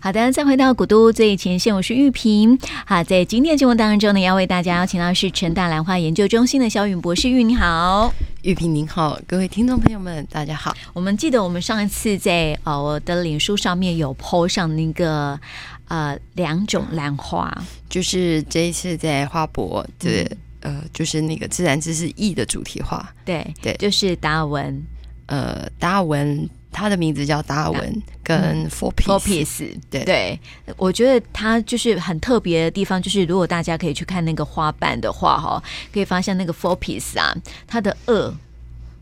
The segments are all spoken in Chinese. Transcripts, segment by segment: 好的，再回到古都最前线，我是玉萍。好，在今天的节目当中呢，要为大家邀请到是成大兰花研究中心的肖允博士，玉你好。玉萍您好，各位听众朋友们，大家好。我们记得我们上一次在呃我的脸书上面有 PO 上那个呃两种兰花，就是这一次在花博的、呃，就是那个自然知识 E 的主题画，对对就是达尔文呃，达尔文，他的名字叫达尔文，跟 Four Four Piece， Piece。对对，我觉得它就是很特别的地方，就是如果大家可以去看那个花瓣的话，哈，可以发现那个 Four Piece 啊，它的萼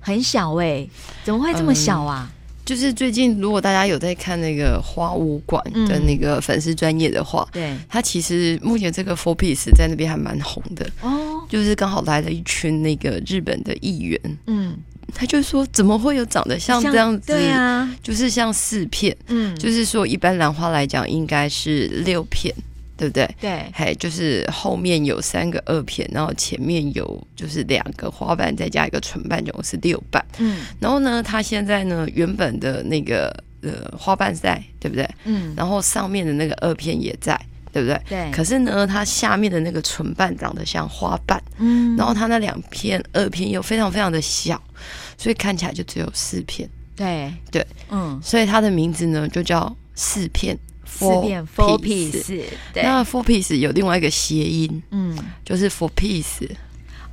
很小哎、怎么会这么嗯小啊？就是最近如果大家有在看那个花舞馆的那个粉丝专业的话，对，他其实目前这个 Four Piece 在那边还蛮红的，哦，就是刚好来了一群那个日本的议员，嗯，他就说怎么会有长得像这样子，对啊，就是像四片，嗯，就是说一般兰花来讲应该是六片，对不对？对，还就是后面有三个二片，然后前面有就是两个花瓣，再加一个唇瓣，总共是六瓣。嗯然后呢，它现在呢原本的那个呃花瓣在，对不对？嗯，然后上面的那个二片也在，对不对？对，可是呢，它下面的那个唇瓣长得像花瓣，嗯，然后它那两片二片又非常非常的小，所以看起来就只有四片。对对，嗯，所以它的名字呢就叫四片。四片 Four。Piece，对，那 four piece 有另外一个谐音，嗯，就是 for peace，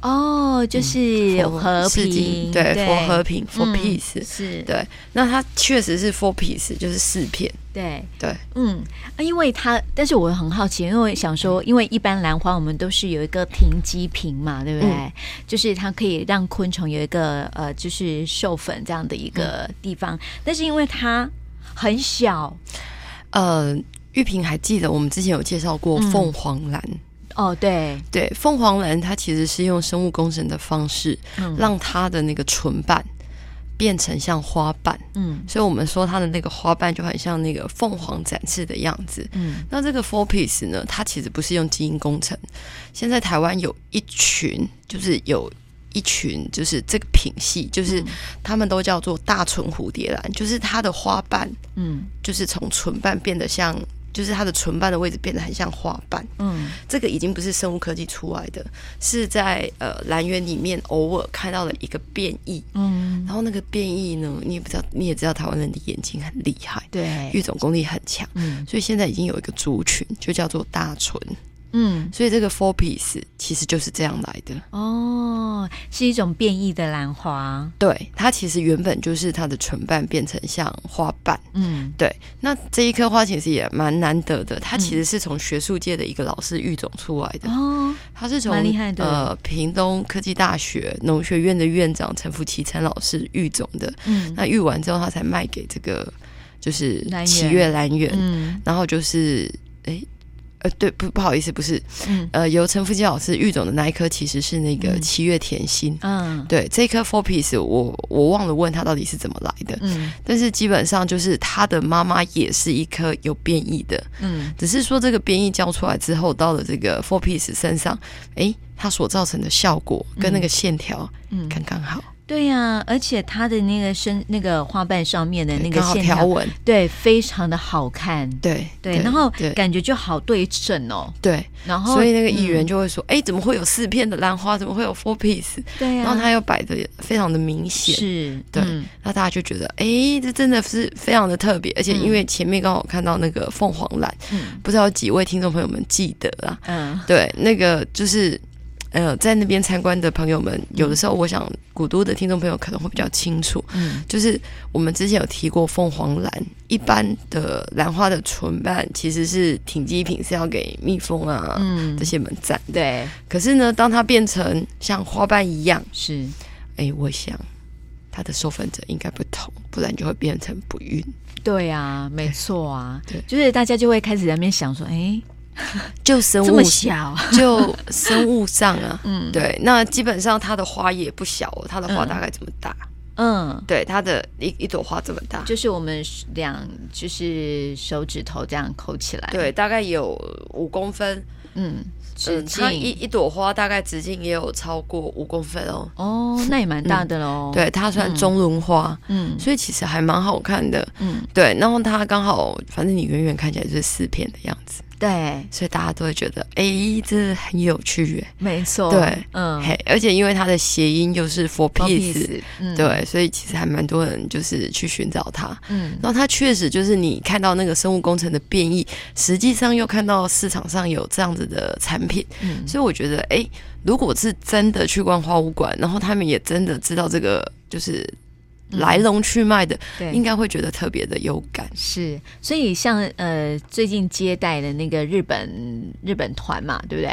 哦，就是嗯佛和是平，经对对， ，for 和平，for 嗯 peace。是，对，那它确实是 four piece，就是四片。对。对，嗯，啊因为它，但是我很好奇，因为想说，因为一般兰花我们都是有一个停机坪嘛，对不对？嗯就是它可以让昆虫有一个呃，就是授粉这样的一个嗯地方，但是因为它很小呃，玉萍还记得我们之前有介绍过嗯凤凰兰。哦，对，对，凤凰兰它其实是用生物工程的方式，嗯让它的那个唇瓣变成像花瓣，嗯所以我们说它的那个花瓣就很像那个凤凰展翅的样子。嗯那这个 Four Piece 呢，它其实不是用基因工程。现在台湾有一群，就是有一群，就是这个品系，嗯就是他们都叫做大唇蝴蝶兰，就是它的花瓣，嗯就是从唇瓣变得像，就是它的唇瓣的位置变得很像花瓣。嗯这个已经不是生物科技出来的，是在呃兰园里面偶尔看到的一个变异。嗯，然后那个变异呢，你也不知道，你也知道台湾人的眼睛很厉害，对，育种功力很强。嗯所以现在已经有一个族群，就叫做大唇。嗯，所以这个 four piece 其实就是这样来的。哦，是一种变异的兰花，对，它其实原本就是它的唇瓣变成像花瓣。嗯对，那这一颗花其实也蛮难得的，它其实是从学术界的一个老师育种出来的。哦，他是从蛮厉害的呃屏东科技大学农学院的院长陈福奇陈老师育种的。嗯那育完之后，他才卖给这个就是兰园奇月兰园，嗯然后就是诶呃对不不好意思不是嗯呃，由陈福基老师育种的那一颗其实是那个嗯七月甜心。嗯对，这颗 four piece 我我忘了问他到底是怎么来的，嗯但是基本上就是他的妈妈也是一颗有变异的，嗯，只是说这个变异交出来之后，到了这个 four piece 身上，诶，它所造成的效果跟那个线条嗯刚刚好，对呀、而且它的那个身那个花瓣上面的那个刚好线条条，纹，对，非常的好看，对对，然后对感觉就好对称哦。对，然后，所以那个议员嗯就会说，诶，怎么会有四片的兰花，怎么会有 four piece？嗯对啊呀、然后他又摆的非常的明显，是，对嗯那大家就觉得，诶，这真的是非常的特别，而且因为前面刚好看到那个凤凰兰，嗯不知道有几位听众朋友们记得啦？嗯对，那个就是。呃，在那边参观的朋友们，有的时候我想，古都的听众朋友可能会比较清楚，嗯就是我们之前有提过凤凰兰，一般的兰花的唇瓣其实是挺基品，是要给蜜蜂啊、嗯这，些们占的。对，可是呢，当它变成像花瓣一样，是哎、我想它的授粉者应该不同，不然就会变成不孕。对啊，没错啊对，就是大家就会开始在那边想说，哎，就生这物么， 小，就生物上啊 ，嗯，对，那基本上它的花也不小、哦，它的花大概这么大，嗯，对，它的一一朵花这么大，就是我们两就是手指头这样抠起来，，对，大概有五公分，嗯，直嗯，它一径、一朵花大概直径也有超过五公分哦。哦，那也蛮大的喽、，对，它算中轮花，哦嗯所以其实还蛮好看的。嗯，对，然后它刚好，反正你远远看起来就是四片的样子，对，所以大家都会觉得，哎、这很有趣耶。没错，对，嗯嘿，而且因为它的谐音又是 for ，four peace， piece，嗯，，对，所以其实还蛮多人就是去寻找它。嗯然后它确实就是你看到那个生物工程的变异，实际上又看到市场上有这样子的产品，嗯，所以我觉得，哎、如果是真的去逛花物馆，然后他们也真的知道这个就是来龙去脉的，对，应该会觉得特别的有感。是，所以像呃最近接待的那个日本日本团嘛，对不对？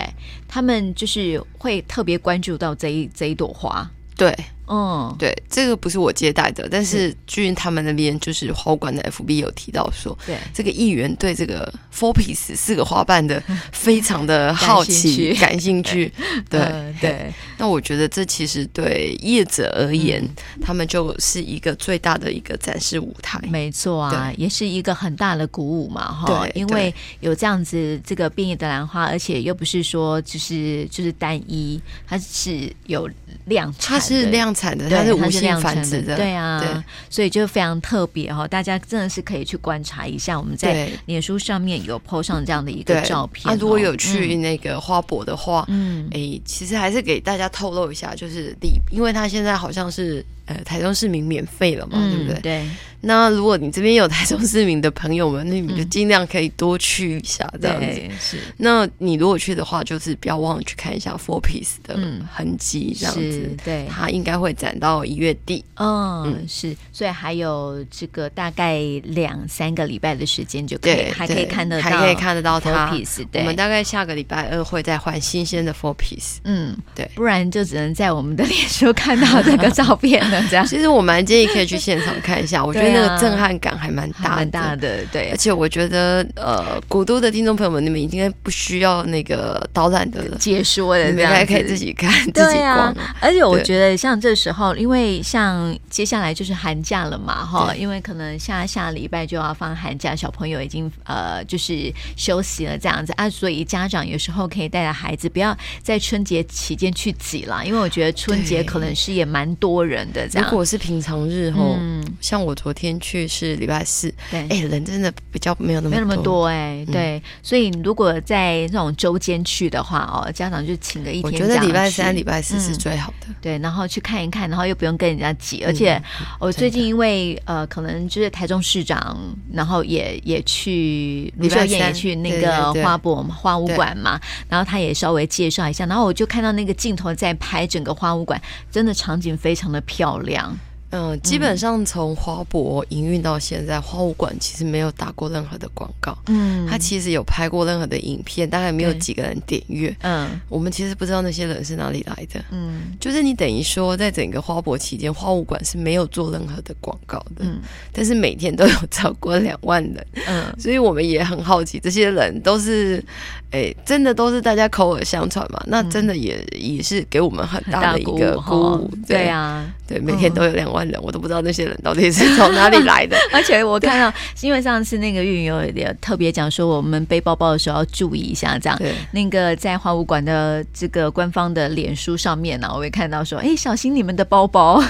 他们就是会特别关注到这一这一朵花，对嗯，对，这个不是我接待的，但是据他们那边就是花物馆的 FB 有提到说，对，这个议员对这个 four piece 四个花瓣的非常的好奇、感兴趣。 对、呃对，那我觉得这其实对业者而言，他们就是一个最大的一个展示舞台。嗯没错啊，也是一个很大的鼓舞嘛，哈，对因对为有这样子这个变异的兰花，而且又不是说就是就是单一，它是有量产它的，是量产的，对，它是它无是性量繁产殖的，对啊，对所以就非常特别哈、哦，大家真的是可以去观察一下，我们在对脸书上面有 PO 上这样的一个对。照片、啊哦，如果有去那个花博的话，嗯，嗯诶、其实还是给大家透露一下，就是里，因为它现在好像是呃台中市民免费了嘛，哦对不对？嗯对，那如果你这边有台中市民的朋友们，那你们就尽量可以多去一下这样嗯子。对，是那你如果去的话，就是不要忘了去看一下 Four Piece 的嗯痕迹，这样是子，，对，它应该会展到一月底。嗯，是，所以还有这个大概两三个礼拜的时间就可以，对，还可以对看得到，还可以看得到 f o 它。 piece，我对。们大概下个礼拜二会再换新鲜的 Four Piece。嗯，对不然就只能在我们的脸书看到这个照片了， 这样其实我蛮建议可以去现场看 一下，我觉得对啊那个震撼感还蛮还大蛮的。大的，对 而，且我觉得，呃，古都的听众朋友们，你们应该不需要那个导览的了，解说的你们这应样该子，可以自 己看、自己对逛啊了。，而且我对觉得像这时候，因为像接下来就是寒假了嘛，哈，对因为可能下下礼拜就要放寒假，小朋友已经呃就是休息了这样子啊，所以家长有时候可以带着孩子，不要在春节期间去挤啦，因为我觉得春节对可能是也蛮多人的这如样。果是平常日吼，嗯，像我昨天去是礼拜四，对。哎、人真的比较没有那么没有那么多。嗯多哎、对，所以如果在那种周间去的话哦，家长就请个一我天假觉去。得礼拜三、礼拜四是嗯最好的。对，然后去看一看，然后又不用跟人家挤，嗯而且我最近因为呃，可能就是台中市长，然后也也去卢礼秀拜燕也三去那对个对对花博花武馆嘛，然后他也稍微介绍一下，然后我就看到那个镜头在拍整个花武馆，真的场景非常的漂亮，嗯、基本上从花博营运到现在，花舞馆其实没有打过任何的广告，嗯它其实有拍过任何的影片，大概没有对几个人点阅。嗯我们其实不知道那些人是哪里来的，嗯就是你等于说，在整个花博期间，花舞馆是没有做任何的广告的，嗯但是每天都有超过两万人，嗯，所以我们也很好奇，这些人都是，哎、真的都是大家口耳相传嘛？那真的也、也是给我们很嗯很大大的一个鼓鼓哈舞，对 啊，对，每天都有两万人，我都不知道那些人到底是从哪里来 的。而且我看到，因为上次那个运有也特别讲说，我们背包包的时候要注意一下，这样对。那个在花舞馆的这个官方的脸书上面呢、我也看到说，哎，小心你们的包包，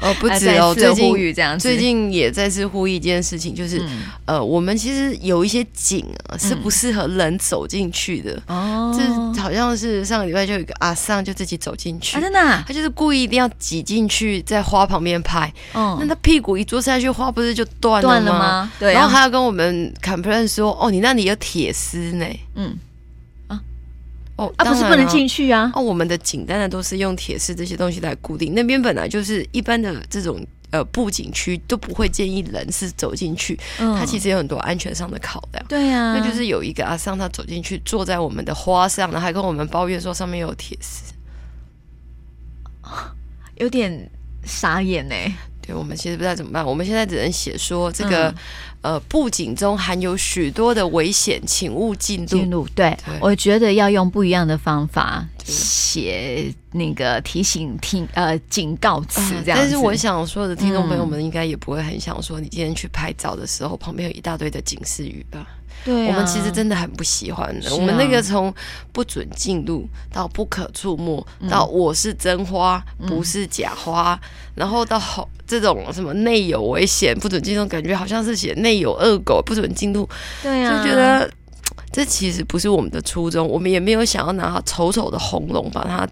哦，不止再哦，次最啊呼近吁这样子。嗯最近也再次呼吁一件事情，就是、呃，我们其实有一些景啊是不适合人走进去的。 哦，这好像是上个礼拜就有一个阿桑就自己走进去，啊，真的、啊，他就是故意一定要挤进去，在花旁边拍。那嗯，他屁股一坐下去，花不是就断断了了吗？对、然啊，后还要跟我们 complain 说，哦，你那里有铁丝呢，嗯，哦，啊，不是当然不能啊。进去啊，哦，我们的景当然都是用铁丝这些东西来固定，那边本来就是一般的这种呃布景区都不会建议人是走进去，嗯，它其实有很多安全上的考量。对呀、啊，那就是有一个阿桑，他走进去坐在我们的花上，然后还跟我们抱怨说上面有铁丝。有点傻眼呢、对我们其实不知道怎么办，我们现在只能写说这个、呃布景中含有许多的危险，请勿进入。进入，对对我觉得要用不一样的方法对写那个提醒、提呃警告词啊这样子。但是我想说的，听众朋友嗯们应该也不会很想说，你今天去拍照的时候，旁边有一大堆的警示语吧？对啊、我们其实真的很不喜欢的。是啊我们那个从不准进入到不可触摸，到我是真花、不是假花，然后到好这种什么内有危险、不准进入，感觉好像是写内有恶狗、不准进入，对就啊，觉得。嘖这其实不是我们的初衷，我们也没有想要拿丑丑的红龙把它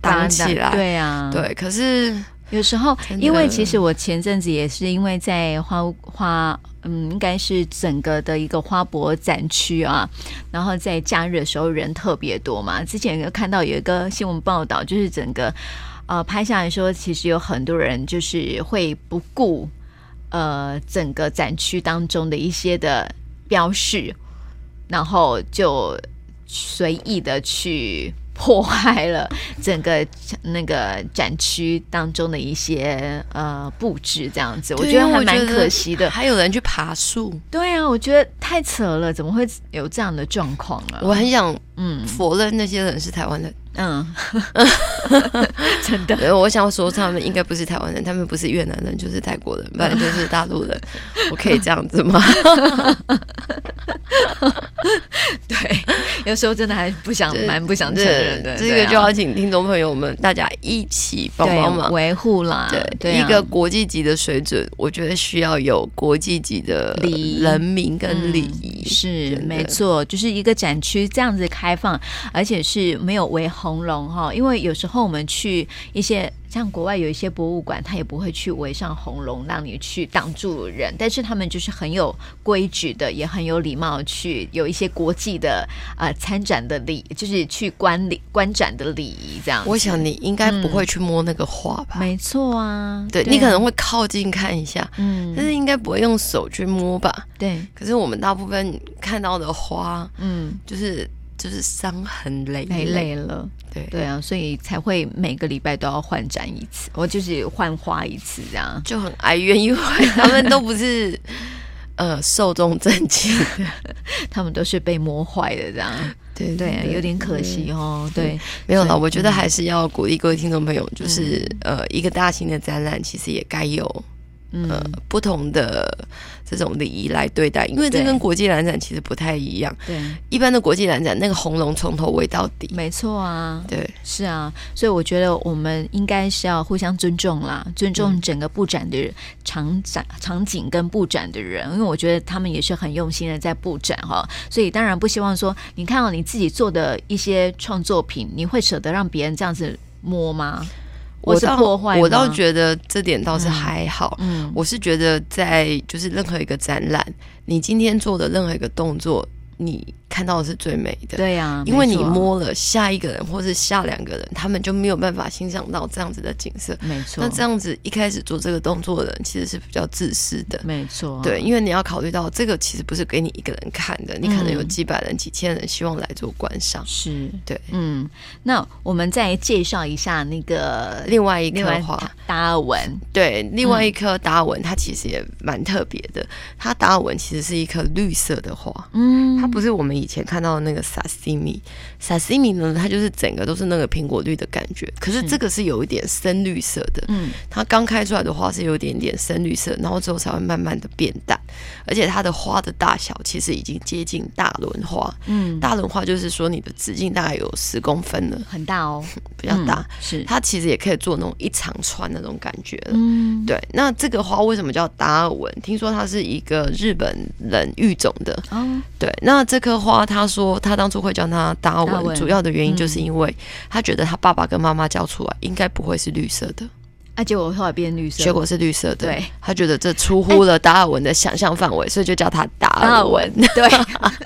把挡起来。对啊，对，可是有时候真，的因为其实我前阵子也是因为在花屋花，嗯，应该是整个的一个花博展区啊，然后在假日的时候人特别多嘛。之前有看到有一个新闻报道，就是整个呃拍下来说，其实有很多人就是会不顾呃整个展区当中的一些的标示，然后就随意的去破坏了整个那个展区当中的一些呃布置，这样子，我对觉得因为还蛮可惜的。还有人去爬树，对啊，我觉得太扯了，怎么会有这样的状况啊？我很想嗯否认那些人是台 湾人。嗯，真的，呃我想说他们应该不是台湾人，他们不是越南人，就是泰国人，不然就是大陆 人。我可以这样子吗？对，有时候真的还不想，蛮不想承认的。这对个啊就要请听众朋友们大家一起帮帮对忙。维护啦，对，对啊一个国际级的水准，我觉得需要有国际级的礼仪人民跟礼嗯仪。是真的没错，就是一个展区这样子开放，而且是没有围红龙哈，因为有时候我们去一些像国外有一些博物馆，它也不会去围上红龙让你去挡住人，但是他们就是很有规矩的，也很有礼貌地去有一些国际的呃参展的礼，就是去观礼观展的礼仪这样子。我想你应该不会去摸那个花吧？没错啊，嗯对啊你可能会靠近看一下，但嗯是应该不会用手去摸吧？对可是我们大部分看到的花，嗯就是就是伤痕累累累了。对对啊，所以才会每个礼拜都要换展一次，我就是换花一次这样。 就很哀怨，因为 他们都不是呃寿终正寝的，他们都是被磨坏的这样， 对对啊，有点可惜哦。对，嗯没有所啦，以我觉得还是要鼓励各位听众朋友，就是、呃一个大型的展览，其实也该有呃嗯，不同的这种礼仪来对待，因为这对跟国际蓝展其实不太一样。对，一般的国际蓝展，那个红龙从头围到底，没错啊。对，是啊，所以我觉得我们应该是要互相尊重啦，尊重整个布展的场展、场景跟布展的人，因为我觉得他们也是很用心的在布展哈，所以当然不希望说，你看哦到你自己做的一些创作品，你会舍得让别人这样子摸吗？或是倒破坏我倒吗觉得这点倒是还好，嗯，我是觉得在就是任何一个展览，你今天做的任何一个动作，你看到的是最美的。对呀、因为没你错，啊摸了下一个人或是下两个人，他们就没有办法欣赏到这样子的景色。没错，那这样子一开始做这个动作的人其实是比较自私的，没错，啊对，因为你要考虑到这个其实不是给你一个人看的，你可能有几百人、几千人希望来做观赏。是，对，嗯，那我们再介绍一下那个另外一另颗外花，达尔文，对，另外一颗达尔文，它其实也蛮特别的。它达尔文其实是一颗绿色的花，嗯它不是我们以前看到的那个沙西米，沙西米呢，它就是整个都是那个苹果绿的感觉，可是这个是有一点深绿色的，嗯它刚开出来的花是有一点点深绿色，然后之后才会慢慢的变淡，而且它的花的大小其实已经接近大轮花，嗯，大轮花就是说你的直径大概有十公分了，很大 哦，比较大，嗯是，它其实也可以做那种一长串那种感觉了。嗯，对，那这个花为什么叫达尔文？听说它是一个日本人育种的，哦，对，那这棵花，他说他当初会叫它达尔达尔文，文嗯主要的原因就是因为他觉得他爸爸跟妈妈教出来应该不会是绿色的，啊，结果后来变绿色，结果是绿色的。对，他觉得这出乎了达尔文的想象范围， 所以就叫它达达尔尔文 文。，对。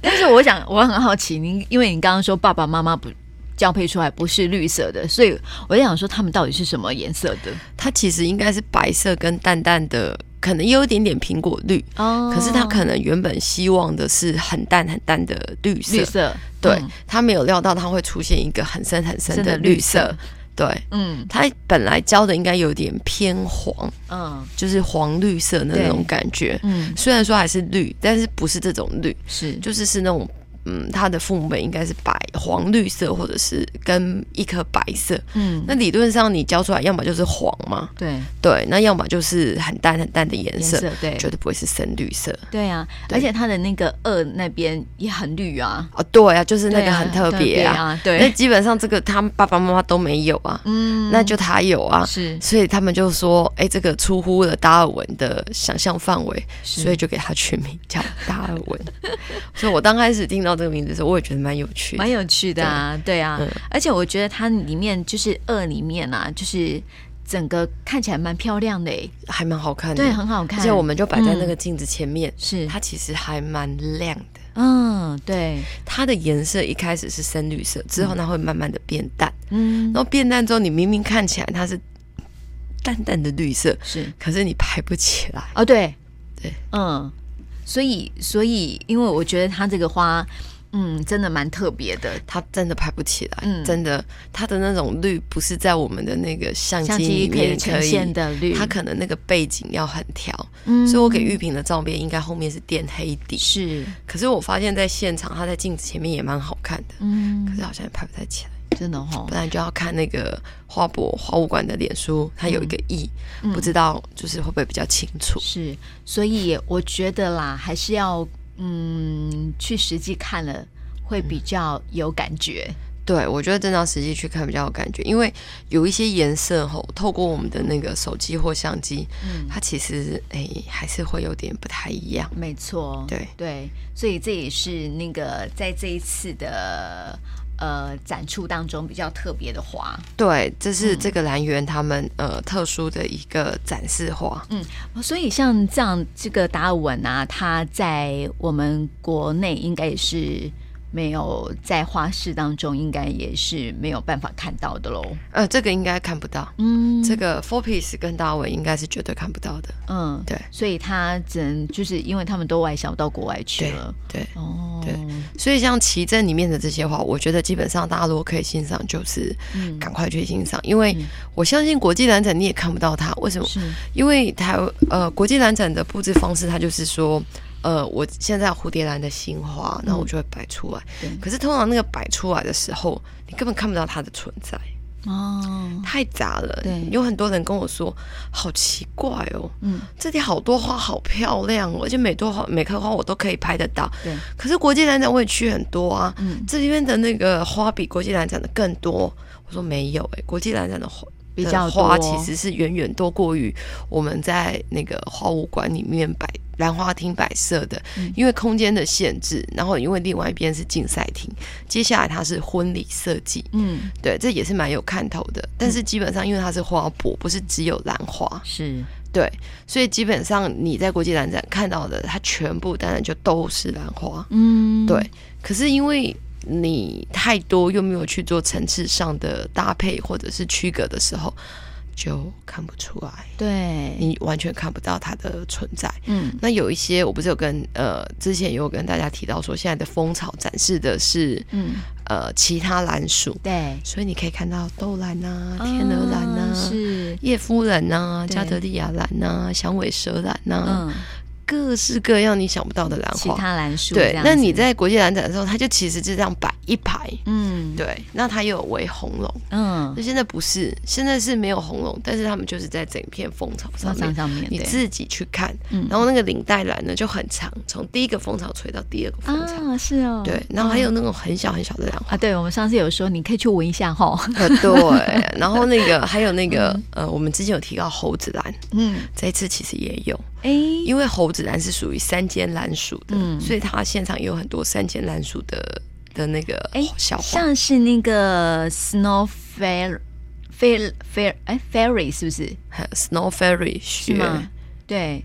但是我想，我很好奇，您因为你刚刚说爸爸妈妈不交配出来不是绿色的，所以我在想说他们到底是什么颜色的？它其实应该是白色跟淡淡的，可能也有一点点苹果绿，哦可是它可能原本希望的是很淡很淡的绿色。哦绿色，对嗯，他没有料到它会出现一个很深很深的绿色。对，嗯它本来浇的应该有点偏黄，嗯就是黄绿色的那种感觉。嗯，虽然说还是绿，但是不是这种绿，是就是是那种嗯，它的父母本应该是白黄绿色，或者是跟一颗白色。嗯那理论上你浇出来，要么就是黄嘛，对对，那要么就是很淡很淡的颜颜色，色对绝对不会是深绿色。对啊，对而且它的那个二那边也很绿啊，哦，对啊，就是那对个啊很特别啊。啊，那对，基本上这个他们爸爸妈妈都没有啊，嗯那就他有啊，是所以他们就说，哎、这个出乎了达尔文的想象范围，是所以就给他取名叫达尔文。所以我刚开始听到这个名字的时候，我也觉得蛮有趣的蛮。有趣的啊，对啊，嗯而且我觉得它里面就是二里面啊，就是整个看起来蛮漂亮的诶，还蛮好看的，对，很好看。嗯而且我们就摆在那个镜子前面，是它其实还蛮亮的。嗯，对，它的颜色一开始是深绿色，之后它会慢慢的变淡，嗯，然后变淡之后，你明明看起来它是淡淡的绿色，是可是你拍不起来。哦，对对，嗯，所以所以因为我觉得它这个花，嗯，真的蛮特别的，它真的拍不起来，嗯真的，它的那种绿不是在我们的那个相相机机里可以面呈可以现的绿，它可能那个背景要很调，嗯所以我给玉萍的照片应该后面是垫黑底。是，可是我发现，在现场，它在镜子前面也蛮好看的，可嗯，是好像也拍不太起来。真的哦不，然就要看那个花博花物馆的脸书，它有一个亿、不知道就是会不会比较清楚。是，所以我觉得啦，还是要嗯去实际看了。会比较有感觉，对，我觉得真的要实际去看比较有感觉，因为有一些颜色吼，透过我们的那个手机或相机，它其实哎、还是会有点不太一样。没错，对对，所以这也是那个在这一次的呃展出当中比较特别的花，对，这是嗯这个兰园他们呃特殊的一个展示花。嗯，哦所以像这样这个达尔文啊，它在我们国内应该也是没有在花市当中，应该也是没有办法看到的喽。呃，这个应该看不到，嗯这个 Four Piece 跟大文应该是绝对看不到的。嗯，对所以它只能就是因为他们都外销到国外去了。对，哦，对所以像奇珍里面的这些花，我觉得基本上大家如果可以欣赏，就是嗯赶快去欣赏，因为我相信国际兰展你也看不到它，为什么？是因为台呃国际兰展的布置方式，它就是说。呃，我现在有蝴蝶兰的新花，然后我就会摆出来。嗯对可是通常那个摆出来的时候，你根本看不到它的存在，哦，太杂了。对有很多人跟我说，好奇怪哦，嗯，这里好多花，好漂亮、哦，而且每朵花每棵花我都可以拍得到。对，可是国际兰展我也去很多啊，嗯这边的那个花比国际兰展的更多。我说没有、诶，国际兰展的花比较的花多其实是远远多过于我们在那个花舞馆里面摆兰花厅摆设的，嗯因为空间的限制，然后因为另外一边是竞赛厅，接下来它是婚礼设计，嗯，对，这也是蛮有看头的。但是基本上因为它是花博，不是只有兰花，是对，所以基本上你在国际兰展看到的，它全部当然就都是兰花。嗯，对，可是因为你太多又没有去做层次上的搭配或者是区隔的时候，就看不出来，对，你完全看不到它的存在。嗯那有一些我不是有跟呃之前有跟大家提到说，现在的蜂巢展示的是嗯，呃其他兰属，对，所以你可以看到豆兰啊、天鹅兰啊啊、是，叶夫兰啊、对加德利亚兰啊、响尾蛇兰啊，嗯，各式各样你想不到的兰其花。他兰树这对，样那子你在国际兰展的时候，它就其实就这样摆一排。嗯对，那它也有围红龙，嗯那现在不是，现在是没有红龙，但是他们就是在整片蜂巢上上面上，上面你对自己去看。嗯然后那个领带兰呢就很长，从第一个蜂巢吹到第二个蜂巢。啊，是哦，对，然后还有那种很小很小的兰花，啊，对，我们上次有说你可以去闻一下哈，呃对，然后那个还有那个、呃，我们之前有提到猴子兰， 嗯，这一次其实也有，哎，因为猴子兰是属于三间兰属的，嗯所以它现场也有很多三间兰属的的那个哎小花。像是那个 Snow Fair Fair Fair 哎 Fairy 是不是？还有 Snow Fairy 是雪，吗？对，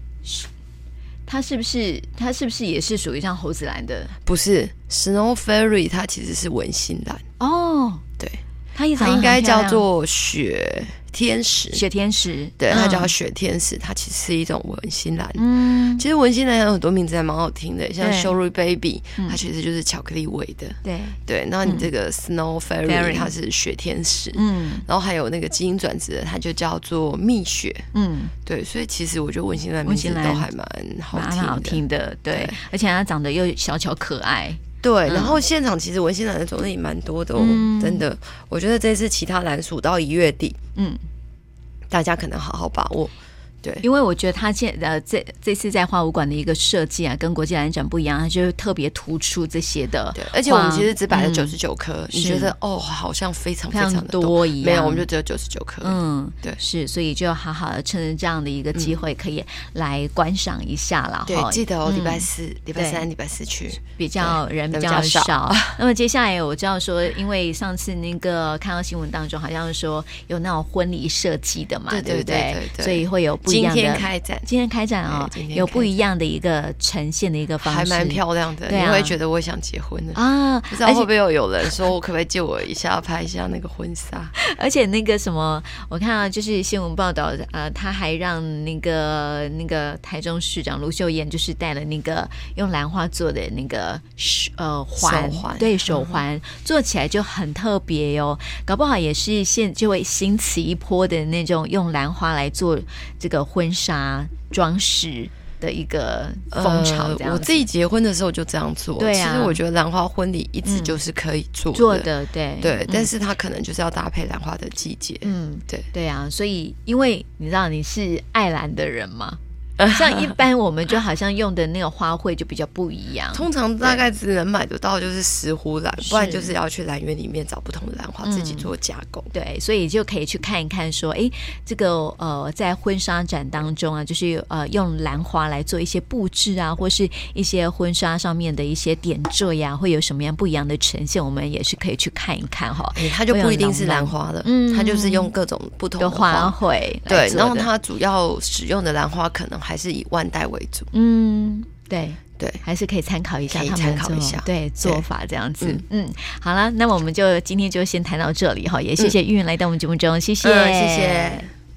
它是不是它是不是也是属于像猴子兰的？不是 Snow Fairy，它其实是文心兰。哦，对，它也长它得应该很漂叫亮做雪天使，雪天使，对，它叫嗯雪天使，它其实是一种文心兰。嗯，其实文心兰有很多名字还蛮好听的，像对嗯 Sherry Baby，它其实就是巧克力味的。对，对，那你这个 Snow Fairy Fairy 它是雪天使，嗯然后还有那个基因转职的，它就叫做蜜雪。嗯，对，所以其实我觉得文心兰名文字心都兰还蛮好蛮听的。好听的，对对，而且它长得又小巧可爱，对，嗯然后现场其实文心兰的种类蛮多的、哦，嗯真的。我觉得这次其他兰属到一月底，嗯，大家可能好好把握。对，因为我觉得它现呃这这次在花舞馆的一个设计啊，跟国际兰展不一样，它就是特别突出这些的花，对，而且我们其实只摆了嗯九十九颗，你是觉得哦，好像非常非非常常的多，多一样，没有，我们就只有九十九颗。嗯，嗯，对嗯是，所以就要好好的趁着这样的一个机会，可以来观赏一下啦。对，哈记得哦，嗯礼拜四、礼拜三、礼拜四去。比较人比较人比较少。 那么接下来我知道说，因为上次那个看到新闻当中，好像说有那种婚礼设计的嘛，对对不对对对所以会有不一今样的。天开展今天开展哦对今，天有开不一样的一个呈现的一个方式，还蛮漂亮的，对啊你会觉得我想结婚的。啊！不知道而会不且会有有人说，我可不可以借我一下拍一下那个婚纱？而且那个什么，我看到就是新闻报道，呃，他还让那个那个台中市长卢秀燕就是戴了那个用兰花做的那个手呃环，手环嗯对手环、做起来就很特别哟、搞不好也是现就会兴起一波的那种用兰花来做这个婚纱装饰的一个风潮，这样子、呃。我自己结婚的时候就这样做。对啊嗯其实我觉得兰花婚礼一直就是可以做的。做的，对对，但是是它可能就是要搭配兰花的季节。嗯。对，对啊，所以因为你知道你是爱兰的人 嘛，像一般我们就好像用的那个花卉就比较不一 样。通常大概只能买得到就是石斛兰，不然就是要去兰园里面找不同的兰花自嗯己做加工。对，所以就可以去看一看，说，诶，这个呃，在婚纱展当中啊，就是呃，用兰花来做一些布置啊，或是一些婚纱上面的一些点缀呀、会有什么样不一样的呈现，我们也是可以去看一看哈、诶哎它就不一定是兰花了，嗯它就是用各种不同的的花花。卉来对，做然后的它主要使用的兰花可能还是以万代为主。嗯，对，对，还是可以参考一下可以他们参考这种一下对做法这样子。嗯好了，那么我们就今天就先谈到这里哈，也谢谢玉云来到我们节目中，谢谢，嗯嗯，谢谢。